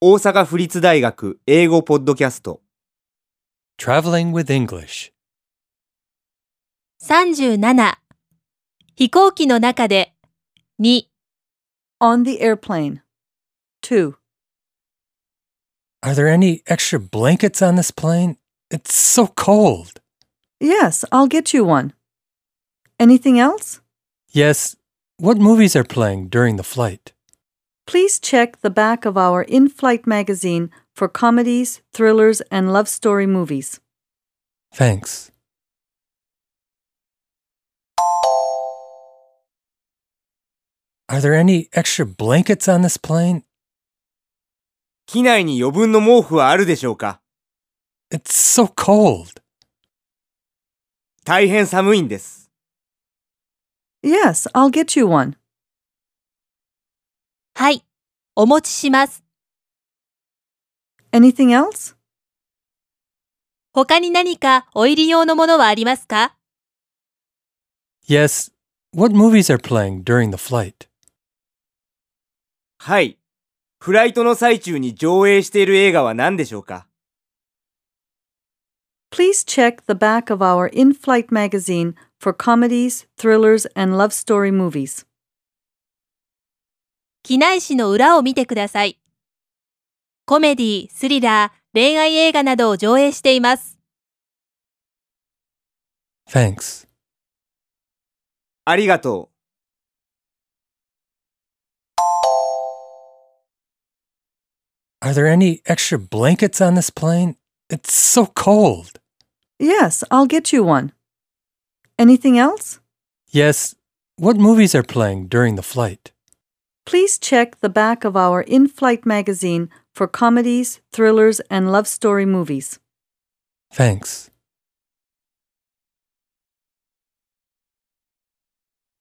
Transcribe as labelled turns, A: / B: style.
A: 大阪府立大学英語ポッドキャスト
B: Traveling with English.
C: 37飛行機の中で
D: On the airplane. 2.
B: Are there any extra blankets on this plane? It's so cold.
D: Yes, I'll get you one. Anything else?
B: Yes. What movies are playing during the flight?
D: Please check the back of our in flight magazine for comedies, thrillers, and love story movies.
B: Thanks. 'Are there any extra blankets on this plane?
A: 機内に余分の毛布はあるでしょうか
B: It's so cold.
A: 大変寒いんです
D: Yes, I'll get you one.
C: はい、お持ちします。
D: Anything else?
C: 他に何かお入り用のものはありますか
B: Yes. What movies are playing during the flight?
A: はいフライトの最中に上映している映画は何でしょうか
D: Please check the back of our in flight magazine for comedies, thrillers, and love story movies.
C: 機内誌の裏を見てください。コメディ、スリラー、恋愛映画などを上映しています。
B: Thanks.
A: ありがとう
B: Are there any extra blankets on this plane? It's so cold.
D: Yes, I'll get you one. Anything else?
B: Yes. What movies are playing during the flight?
D: Please check the back of our in flight magazine for comedies, thrillers, and love story movies.
B: Thanks.